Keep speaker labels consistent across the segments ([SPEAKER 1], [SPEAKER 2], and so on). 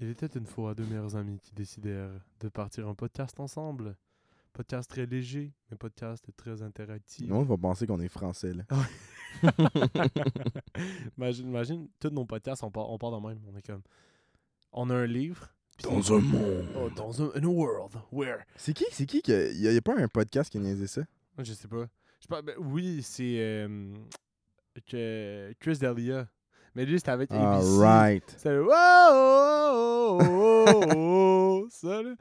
[SPEAKER 1] Il était une fois deux meilleurs amis qui décidèrent de partir un podcast ensemble. Podcast très léger, mais podcast très interactif.
[SPEAKER 2] Le monde va penser qu'on est français, là.
[SPEAKER 1] imagine, imagine, tous nos podcasts, on part, on part de même. On est comme. On a un livre. puis c'est-
[SPEAKER 2] un monde.
[SPEAKER 1] Oh, dans un in a world where.
[SPEAKER 2] C'est qui, c'est qui que. Y a, y a pas un podcast qui a niaisé ça
[SPEAKER 1] Je sais pas. Je sais pas, ben oui, c'est. euh, que Chris D'Elia. Mais lui, c'était avec
[SPEAKER 2] Ah,
[SPEAKER 1] ABC.
[SPEAKER 2] Alright.
[SPEAKER 1] C'était le wow, oh, oh, oh, oh, ça là.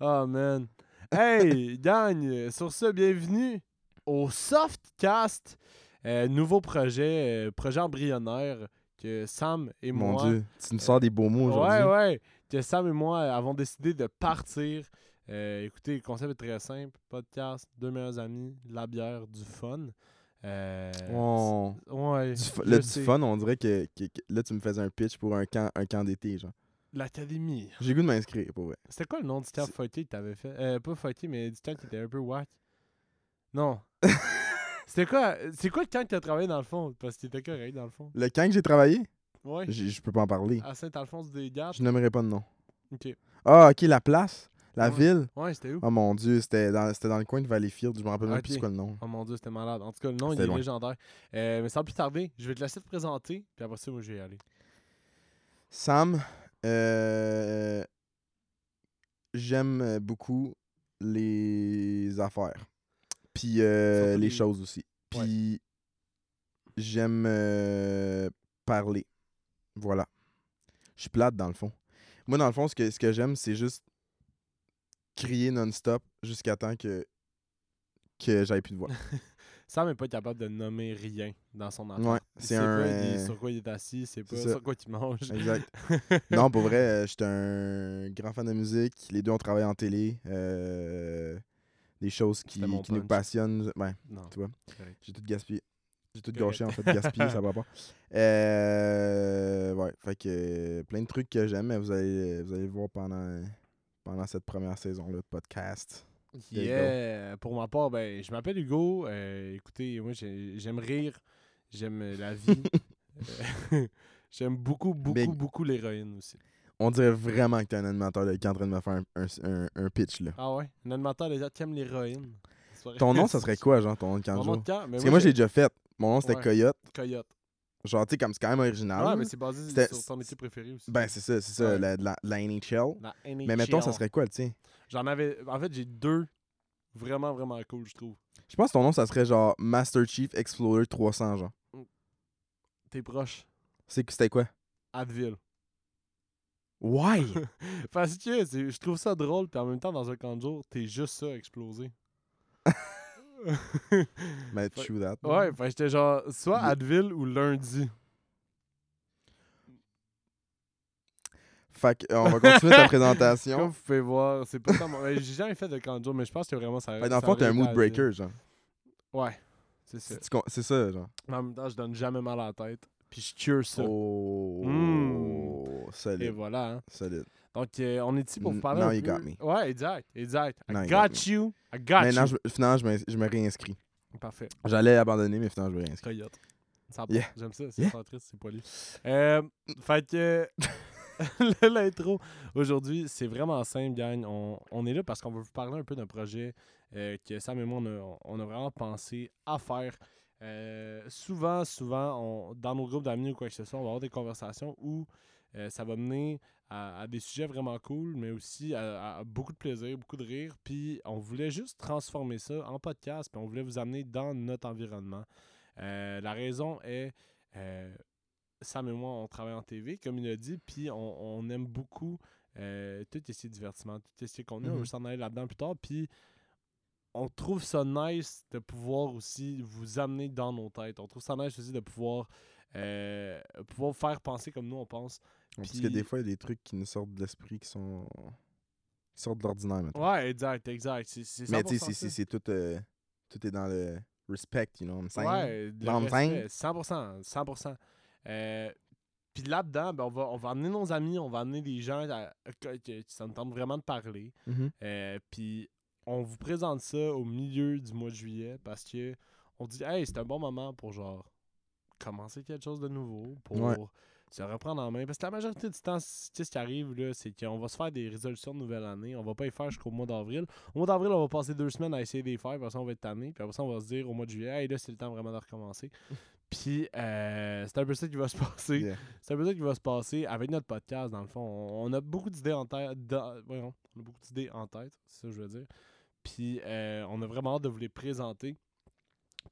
[SPEAKER 1] Oh man. Hey, gagne. Sur ce, bienvenue au Softcast, euh, nouveau projet, euh, projet embryonnaire que Sam et
[SPEAKER 2] Mon
[SPEAKER 1] moi.
[SPEAKER 2] dieu, tu nous sors des beaux mots aujourd'hui.
[SPEAKER 1] Ouais, ouais. Que Sam et moi avons décidé de partir. Euh, écoutez, le concept est très simple. Podcast, deux meilleurs amis, de la bière, du fun. Euh,
[SPEAKER 2] On-
[SPEAKER 1] c'est- Ouais.
[SPEAKER 2] Du fu-
[SPEAKER 1] je
[SPEAKER 2] le du
[SPEAKER 1] sais.
[SPEAKER 2] fun, on dirait que, que- que- là, tu me faisais un pitch pour un camp, un camp d'été, genre.
[SPEAKER 1] L'académie.
[SPEAKER 2] J'ai le goût de m'inscrire, pour vrai.
[SPEAKER 1] C'était quoi le nom du camp
[SPEAKER 2] C'est-
[SPEAKER 1] Feuilleté que t'avais fait euh, Pas Feuilleté, mais du camp qui était un peu whack. Non. C'était quoi C'est quoi le camp que t'as travaillé dans le fond Parce qu'il était correct dans le fond.
[SPEAKER 2] Le camp que j'ai travaillé,
[SPEAKER 1] Ouais.
[SPEAKER 2] j'ai- je peux pas en parler.
[SPEAKER 1] À Saint-Alphonse-des-Gardes.
[SPEAKER 2] Je nommerai pas de nom.
[SPEAKER 1] Ok.
[SPEAKER 2] Ah, ok, la place, la
[SPEAKER 1] Ouais.
[SPEAKER 2] ville.
[SPEAKER 1] Ouais, c'était où
[SPEAKER 2] Oh mon dieu, c'était dans, c'était dans le coin de Valleyfield, je me rappelle même plus
[SPEAKER 1] Ok.
[SPEAKER 2] c'est quoi le nom.
[SPEAKER 1] Oh mon dieu, c'était malade. En tout cas, le nom, il
[SPEAKER 2] C'était
[SPEAKER 1] est
[SPEAKER 2] loin.
[SPEAKER 1] légendaire. Euh, mais sans plus tarder, je vais te laisser te présenter, puis après ça, moi, je vais y aller.
[SPEAKER 2] Sam, euh, j'aime euh, beaucoup les affaires. Puis euh,
[SPEAKER 1] Surtout
[SPEAKER 2] les
[SPEAKER 1] les-
[SPEAKER 2] choses aussi.
[SPEAKER 1] Ouais.
[SPEAKER 2] Puis j'aime euh, parler. Voilà. Je suis plate dans le fond. Moi, dans le fond, ce que, ce que j'aime, c'est juste crier non-stop jusqu'à temps que, que j'aille plus de voix.
[SPEAKER 1] Sam n'est pas capable de nommer rien dans son enfant.
[SPEAKER 2] Ouais,
[SPEAKER 1] Il
[SPEAKER 2] c'est
[SPEAKER 1] sait
[SPEAKER 2] un.
[SPEAKER 1] pas il-
[SPEAKER 2] euh,
[SPEAKER 1] sur quoi il est assis, c'est pas
[SPEAKER 2] c'est ça.
[SPEAKER 1] sur quoi il mange.
[SPEAKER 2] Exact. non, pour vrai, euh, j'étais un grand fan de musique. Les deux, on travaille en télé. euh, des choses qui,
[SPEAKER 1] C'était mon
[SPEAKER 2] qui nous
[SPEAKER 1] punch.
[SPEAKER 2] passionnent. Ouais,
[SPEAKER 1] Non.
[SPEAKER 2] tu vois.
[SPEAKER 1] Correct.
[SPEAKER 2] J'ai tout gaspillé. J'ai tout
[SPEAKER 1] Correct.
[SPEAKER 2] gâché, en fait. Gaspillé, ça va pas. Euh, ouais, fait que euh, plein de trucs que j'aime, mais vous allez, vous allez le voir pendant, pendant cette première saison-là de podcast. There you go.
[SPEAKER 1] Yeah! Pour ma part, ben, je m'appelle Hugo. Euh, écoutez, moi, j'ai- j'aime rire. J'aime la vie. Euh, j'aime beaucoup, beaucoup,
[SPEAKER 2] Big.
[SPEAKER 1] beaucoup l'héroïne aussi.
[SPEAKER 2] On dirait vraiment que t'es un animateur là, qui est en train de me faire un, un- un pitch, là.
[SPEAKER 1] Ah ouais? Un animateur des autres qui aime l'héroïne. C'est vrai.
[SPEAKER 2] Ton nom, ça serait quoi, genre, ton nom de camp de
[SPEAKER 1] Mon nom
[SPEAKER 2] jour?
[SPEAKER 1] de camp? Mais
[SPEAKER 2] Parce que moi, j'ai
[SPEAKER 1] j'ai
[SPEAKER 2] déjà fait. Mon nom, c'était
[SPEAKER 1] Ouais.
[SPEAKER 2] Coyote.
[SPEAKER 1] Coyote.
[SPEAKER 2] Genre, tu sais, comme c'est quand même original.
[SPEAKER 1] Ah,
[SPEAKER 2] là.
[SPEAKER 1] mais c'est basé
[SPEAKER 2] C'était-
[SPEAKER 1] sur ton équipe préférée aussi.
[SPEAKER 2] Ben, c'est ça, c'est ça,
[SPEAKER 1] Ouais.
[SPEAKER 2] la, la, la NHL.
[SPEAKER 1] La
[SPEAKER 2] Mais mettons, ça
[SPEAKER 1] NHL.
[SPEAKER 2] serait quoi le tien?
[SPEAKER 1] J'en avais. En fait, j'ai deux vraiment, vraiment cool, je trouve.
[SPEAKER 2] Je pense que ton nom, ça serait genre Master Chief Explorer 300, genre.
[SPEAKER 1] T'es proche.
[SPEAKER 2] C'est que c'était quoi?
[SPEAKER 1] Advil.
[SPEAKER 2] Why?
[SPEAKER 1] Parce que c'est- je trouve ça drôle, puis en même temps, dans un camp de jour, t'es juste ça explosé.
[SPEAKER 2] Mais
[SPEAKER 1] Fait-
[SPEAKER 2] true that.
[SPEAKER 1] ouais, enfin, j'étais genre soit
[SPEAKER 2] Le-
[SPEAKER 1] Advil ou lundi.
[SPEAKER 2] Fait que, euh, on va continuer ta présentation.
[SPEAKER 1] Comme vous pouvez voir, c'est pas tant mon- ben, J'ai jamais fait de camp de jour, mais je pense que vraiment ça.
[SPEAKER 2] Fait que dans le
[SPEAKER 1] ça
[SPEAKER 2] fond, t'es un
[SPEAKER 1] aurait été
[SPEAKER 2] mood
[SPEAKER 1] Advil.
[SPEAKER 2] breaker, genre.
[SPEAKER 1] Ouais, c'est ça.
[SPEAKER 2] Si tu con- C'est ça, genre.
[SPEAKER 1] Mais en même temps, je donne jamais mal à la tête, puis je cure ça.
[SPEAKER 2] Oh.
[SPEAKER 1] Mm. Et
[SPEAKER 2] Solide.
[SPEAKER 1] voilà, hein.
[SPEAKER 2] Solide.
[SPEAKER 1] Donc, euh, on est ici pour vous
[SPEAKER 2] N-
[SPEAKER 1] parler
[SPEAKER 2] now
[SPEAKER 1] un
[SPEAKER 2] you
[SPEAKER 1] peu.
[SPEAKER 2] got me.
[SPEAKER 1] Ouais, exact, exact. I
[SPEAKER 2] Now you got
[SPEAKER 1] got,
[SPEAKER 2] me.
[SPEAKER 1] you. I got
[SPEAKER 2] Maintenant,
[SPEAKER 1] you.
[SPEAKER 2] je, finalement, je me, je me réinscris.
[SPEAKER 1] Parfait.
[SPEAKER 2] J'allais abandonner, mais finalement, je me réinscris.
[SPEAKER 1] Coyote. Ça
[SPEAKER 2] Yeah.
[SPEAKER 1] J'aime ça, c'est
[SPEAKER 2] Yeah.
[SPEAKER 1] centriste, c'est poli. Euh, fait que le- l'intro aujourd'hui, c'est vraiment simple, gang. On, on est là parce qu'on va vous parler un peu d'un projet euh, que Sam et moi, on a, on a vraiment pensé à faire. Euh, souvent, souvent, on- dans nos groupes d'amis ou quoi que ce soit, on va avoir des conversations où euh, ça va mener à, à des sujets vraiment cool, mais aussi à, à beaucoup de plaisir, beaucoup de rire. Puis on voulait juste transformer ça en podcast, puis on voulait vous amener dans notre environnement. Euh, la raison est, euh, Sam et moi, on travaille en TV, comme il a dit, puis on, on aime beaucoup euh, tout ces divertissements, tout ce qu'on est. On
[SPEAKER 2] Mhm.
[SPEAKER 1] veut s'en aller là-dedans plus tard, puis on trouve ça nice de pouvoir aussi vous amener dans nos têtes. On trouve ça nice aussi de pouvoir, euh, pouvoir vous faire penser comme nous on pense.
[SPEAKER 2] Parce que
[SPEAKER 1] Puis-
[SPEAKER 2] des fois, il y a des trucs qui nous sortent de l'esprit qui sont. qui sortent de l'ordinaire, maintenant.
[SPEAKER 1] Ouais, exact, exact. C'est, c'est
[SPEAKER 2] Mais tu
[SPEAKER 1] 100%
[SPEAKER 2] sais, c'est-
[SPEAKER 1] ça.
[SPEAKER 2] c'est c'est tout. euh, tout est dans le respect, you know what I'm saying?
[SPEAKER 1] Ouais, le
[SPEAKER 2] Dans le
[SPEAKER 1] respect, 100%, 100%. Euh, puis là-dedans, ben, on, va, on va amener nos amis, on va amener des gens à- à- que- que- qui s'entendent vraiment de parler.
[SPEAKER 2] Mhm.
[SPEAKER 1] Euh, puis on vous présente ça au milieu du mois de juillet parce que on dit, hey, c'est un bon moment pour genre commencer quelque chose de nouveau, pour
[SPEAKER 2] Ouais.
[SPEAKER 1] se reprendre en main. Parce que la majorité du temps, c- tu sais, ce qui arrive, là, c'est qu'on va se faire des résolutions de nouvelle année. On va pas les faire jusqu'au mois d'avril. Au mois d'avril, on va passer deux semaines à essayer de les faire. Puis après ça, on va être tanné. Puis après ça, on va se dire au mois de juillet, hey, là, c'est le temps vraiment de recommencer. Puis euh, c'est un peu ça qui va se passer.
[SPEAKER 2] Yeah.
[SPEAKER 1] C'est un peu ça qui va se passer avec notre podcast, dans le fond. On, on a beaucoup d'idées en tête. dans- Voyons, on a beaucoup d'idées en tête, c'est ça que je veux dire. Puis euh, on a vraiment hâte de vous les présenter.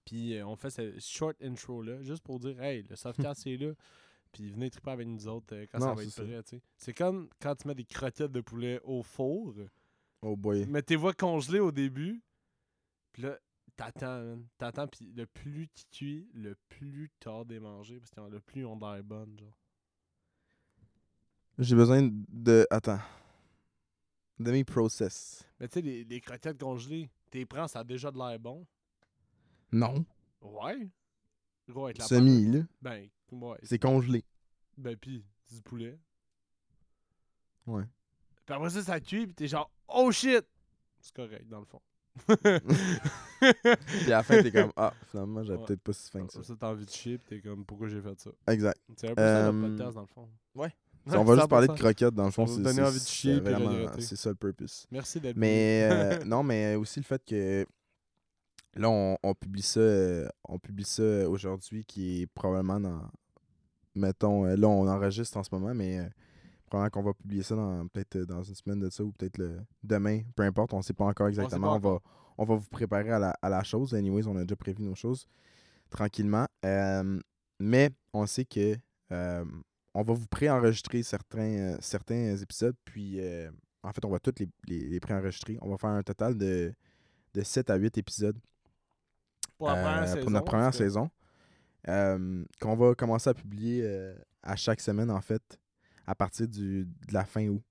[SPEAKER 1] Puis euh, on fait ce short intro-là, juste pour dire, hey, le softcast c'est là. Puis venez triper avec nous autres euh, quand ça
[SPEAKER 2] Non,
[SPEAKER 1] va être
[SPEAKER 2] c'est ça.
[SPEAKER 1] prêt. tu sais. C'est comme quand tu mets des croquettes de poulet au four,
[SPEAKER 2] Oh boy.
[SPEAKER 1] mais tes vois congelées au début. Puis là, t'attends, man. T'attends, puis le plus tu cuis, le plus t'as des manger, parce que le plus on a l'air bonne, genre.
[SPEAKER 2] J'ai besoin de. Attends. De mes process.
[SPEAKER 1] Mais tu sais, les, les croquettes congelées, t'es prends, ça a déjà de l'air bon.
[SPEAKER 2] Non.
[SPEAKER 1] Ouais. Gros, avec la
[SPEAKER 2] Semi, là.
[SPEAKER 1] pâte. Ben, ouais.
[SPEAKER 2] C'est congelé.
[SPEAKER 1] Ben, pis, c'est du poulet.
[SPEAKER 2] Ouais.
[SPEAKER 1] Puis après ça, ça cuit, pis t'es genre, oh shit! C'est correct, dans le fond.
[SPEAKER 2] Puis à la fin, t'es comme Ah, finalement, j'avais
[SPEAKER 1] Ouais.
[SPEAKER 2] peut-être pas si fin que ça.
[SPEAKER 1] Après ça, t'as envie de chier, pis t'es comme, pourquoi j'ai fait ça?
[SPEAKER 2] Exact.
[SPEAKER 1] C'est un peu ça,
[SPEAKER 2] Euh,
[SPEAKER 1] le podcast, dans le fond.
[SPEAKER 2] ouais.
[SPEAKER 1] Ouais,
[SPEAKER 2] on va juste parler de
[SPEAKER 1] 100%.
[SPEAKER 2] croquettes, dans le fond.
[SPEAKER 1] va vous
[SPEAKER 2] c'est-
[SPEAKER 1] donner
[SPEAKER 2] c'est-
[SPEAKER 1] envie de chier
[SPEAKER 2] c'est
[SPEAKER 1] puis de
[SPEAKER 2] vraiment-
[SPEAKER 1] regretter.
[SPEAKER 2] C'est ça le purpose.
[SPEAKER 1] Merci d'être
[SPEAKER 2] Mais euh, non, mais aussi le fait que là, on, on publie ça, euh, on publie ça aujourd'hui qui est probablement dans. Mettons, euh, là, on enregistre en ce moment, mais euh, probablement qu'on va publier ça dans peut-être euh, dans une semaine de ça ou peut-être le demain, peu importe, on sait pas encore
[SPEAKER 1] pas
[SPEAKER 2] exactement. On, va, on va vous préparer à la, à la chose. Anyways, on a déjà prévu nos choses tranquillement. Euh, mais on sait que euh, on va vous préenregistrer certains, euh, certains épisodes, puis euh, en fait, on va tous les, les, les préenregistrer. On va faire un total de, de 7 à 8 épisodes
[SPEAKER 1] pour, la première
[SPEAKER 2] euh,
[SPEAKER 1] saison,
[SPEAKER 2] pour notre première
[SPEAKER 1] parce que-
[SPEAKER 2] saison. euh, qu'on va commencer à publier euh, à chaque semaine, en fait, à partir du, de la fin août.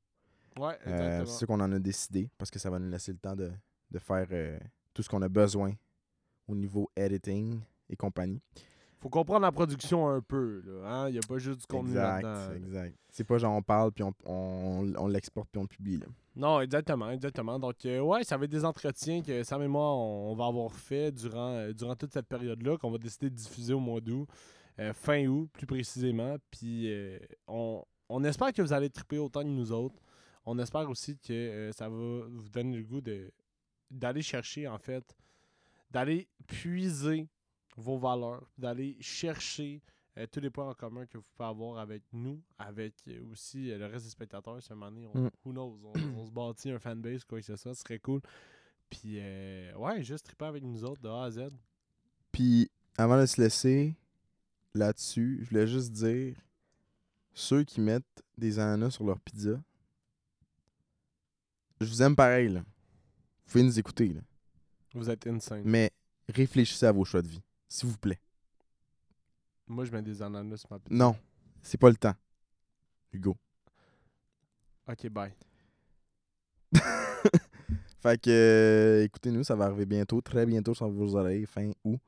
[SPEAKER 1] Ouais,
[SPEAKER 2] Euh,
[SPEAKER 1] exactement.
[SPEAKER 2] c'est sûr qu'on en a décidé parce que ça va nous laisser le temps de, de faire euh, tout ce qu'on a besoin au niveau editing et compagnie.
[SPEAKER 1] Faut comprendre la production un peu, là. Hein? Y a pas juste du contenu là-dedans.
[SPEAKER 2] Exact,
[SPEAKER 1] là.
[SPEAKER 2] exact. C'est pas genre on parle puis on, on, on l'exporte puis on le publie. là.
[SPEAKER 1] Non, exactement, exactement. Donc, euh, ouais, ça va être des entretiens que Sam et moi, on, on va avoir fait durant, euh, durant toute cette période-là, qu'on va décider de diffuser au mois d'août, euh, fin août, plus précisément. Puis, euh, on, on espère que vous allez triper autant que nous autres. On espère aussi que euh, ça va vous donner le goût de d'aller chercher, en fait, d'aller puiser vos valeurs, d'aller chercher euh, tous les points en commun que vous pouvez avoir avec nous, avec euh, aussi euh, le reste des spectateurs. Si à un moment donné, on,
[SPEAKER 2] Mm.
[SPEAKER 1] who knows, on, on se bâtit un fanbase, quoi que ce soit, ce serait cool. Puis, euh, ouais, juste triper avec nous autres de A à Z.
[SPEAKER 2] Puis avant de se laisser là-dessus, je voulais juste dire ceux qui mettent des ananas sur leur pizza, je vous aime pareil. Là. Vous pouvez nous écouter, là.
[SPEAKER 1] Vous êtes insane.
[SPEAKER 2] mais réfléchissez à vos choix de vie, s'il vous plaît.
[SPEAKER 1] Moi, je mets des ananas sur ma pizza.
[SPEAKER 2] Non, c'est pas le temps. Hugo.
[SPEAKER 1] Ok, bye.
[SPEAKER 2] Fait que, euh, écoutez-nous, ça va arriver bientôt, très bientôt sur vos oreilles, fin août.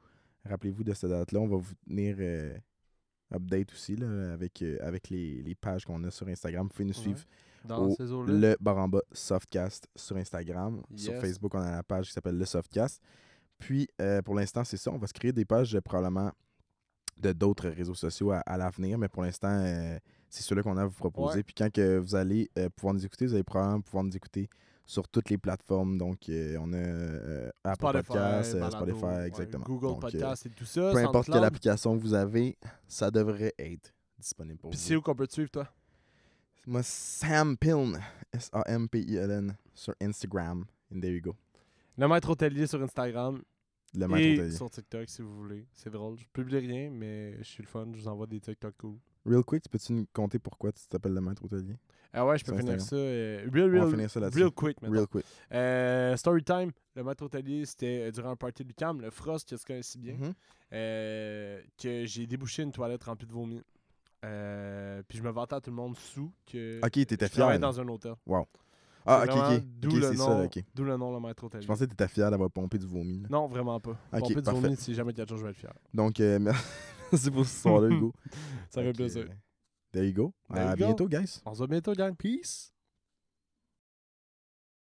[SPEAKER 2] Rappelez-vous de cette date-là. On va vous tenir euh, update aussi là, avec, euh, avec les, les pages qu'on a sur Instagram. Vous pouvez nous
[SPEAKER 1] Ouais.
[SPEAKER 2] suivre
[SPEAKER 1] Dans
[SPEAKER 2] Oh,
[SPEAKER 1] ces eaux-là.
[SPEAKER 2] le Baramba Softcast sur Instagram. Sur
[SPEAKER 1] Yes.
[SPEAKER 2] Facebook, on a la page qui s'appelle le Softcast. Puis, euh, pour l'instant, c'est ça. On va se créer des pages euh, probablement de d'autres réseaux sociaux à, à l'avenir, mais pour l'instant, euh, c'est ceux-là qu'on a à vous proposer.
[SPEAKER 1] Ouais.
[SPEAKER 2] Puis quand que vous allez euh, pouvoir nous écouter, vous allez probablement pouvoir nous écouter sur toutes les plateformes. Donc, euh, on a euh, Apple
[SPEAKER 1] Spotify,
[SPEAKER 2] Podcast, euh,
[SPEAKER 1] Balado,
[SPEAKER 2] Spotify,
[SPEAKER 1] ouais,
[SPEAKER 2] exactement.
[SPEAKER 1] Google
[SPEAKER 2] Donc, euh,
[SPEAKER 1] Podcast et tout ça.
[SPEAKER 2] peu importe quelle
[SPEAKER 1] SoundCloud.
[SPEAKER 2] application vous avez, ça devrait être disponible pour
[SPEAKER 1] Puis
[SPEAKER 2] vous.
[SPEAKER 1] c'est où qu'on peut te suivre, toi?
[SPEAKER 2] Moi, Sam Piln, S-A-M-P-I-L-N, sur Instagram. And there you go.
[SPEAKER 1] Le maître hôtelier sur Instagram
[SPEAKER 2] Le
[SPEAKER 1] et
[SPEAKER 2] maître hôtelier.
[SPEAKER 1] sur TikTok si vous voulez. C'est drôle. Je publie rien, mais je suis le fun. Je vous envoie des TikTok cool.
[SPEAKER 2] Real quick, peux-tu nous compter pourquoi tu t'appelles le maître hôtelier?
[SPEAKER 1] Ah ouais, je peux
[SPEAKER 2] Sur
[SPEAKER 1] finir
[SPEAKER 2] Instagram.
[SPEAKER 1] ça. euh, real,
[SPEAKER 2] On va
[SPEAKER 1] real,
[SPEAKER 2] finir ça là-dessus.
[SPEAKER 1] real quick maintenant.
[SPEAKER 2] Real quick.
[SPEAKER 1] Euh, story time. Le maître hôtelier, c'était euh, durant un party du CAM, le Frost que tu connais si bien,
[SPEAKER 2] Mhm.
[SPEAKER 1] euh, que j'ai débouché une toilette remplie de vomi. Euh, puis je me vantais à tout le monde sous que
[SPEAKER 2] Ok, t'étais
[SPEAKER 1] je travaillais
[SPEAKER 2] fier. là.
[SPEAKER 1] dans un hôtel.
[SPEAKER 2] Ah,
[SPEAKER 1] C'est
[SPEAKER 2] ok,
[SPEAKER 1] vraiment
[SPEAKER 2] ok.
[SPEAKER 1] D'où
[SPEAKER 2] Ok,
[SPEAKER 1] le
[SPEAKER 2] c'est ça, là,
[SPEAKER 1] nom.
[SPEAKER 2] ok.
[SPEAKER 1] D'où le nom le maître hôtelier.
[SPEAKER 2] Je pensais que t'étais fier d'avoir pompé du vomi. là.
[SPEAKER 1] Non, vraiment pas.
[SPEAKER 2] Ok,
[SPEAKER 1] Pompé du
[SPEAKER 2] parfait.
[SPEAKER 1] vomi, si jamais quelque chose, je vais être fier.
[SPEAKER 2] Donc, euh, merci pour ce soir-là, Hugo.
[SPEAKER 1] Ça fait
[SPEAKER 2] Fait que,
[SPEAKER 1] plaisir.
[SPEAKER 2] euh, There you go.
[SPEAKER 1] There you
[SPEAKER 2] à
[SPEAKER 1] go.
[SPEAKER 2] bientôt, guys.
[SPEAKER 1] On se voit bientôt, gang. Peace.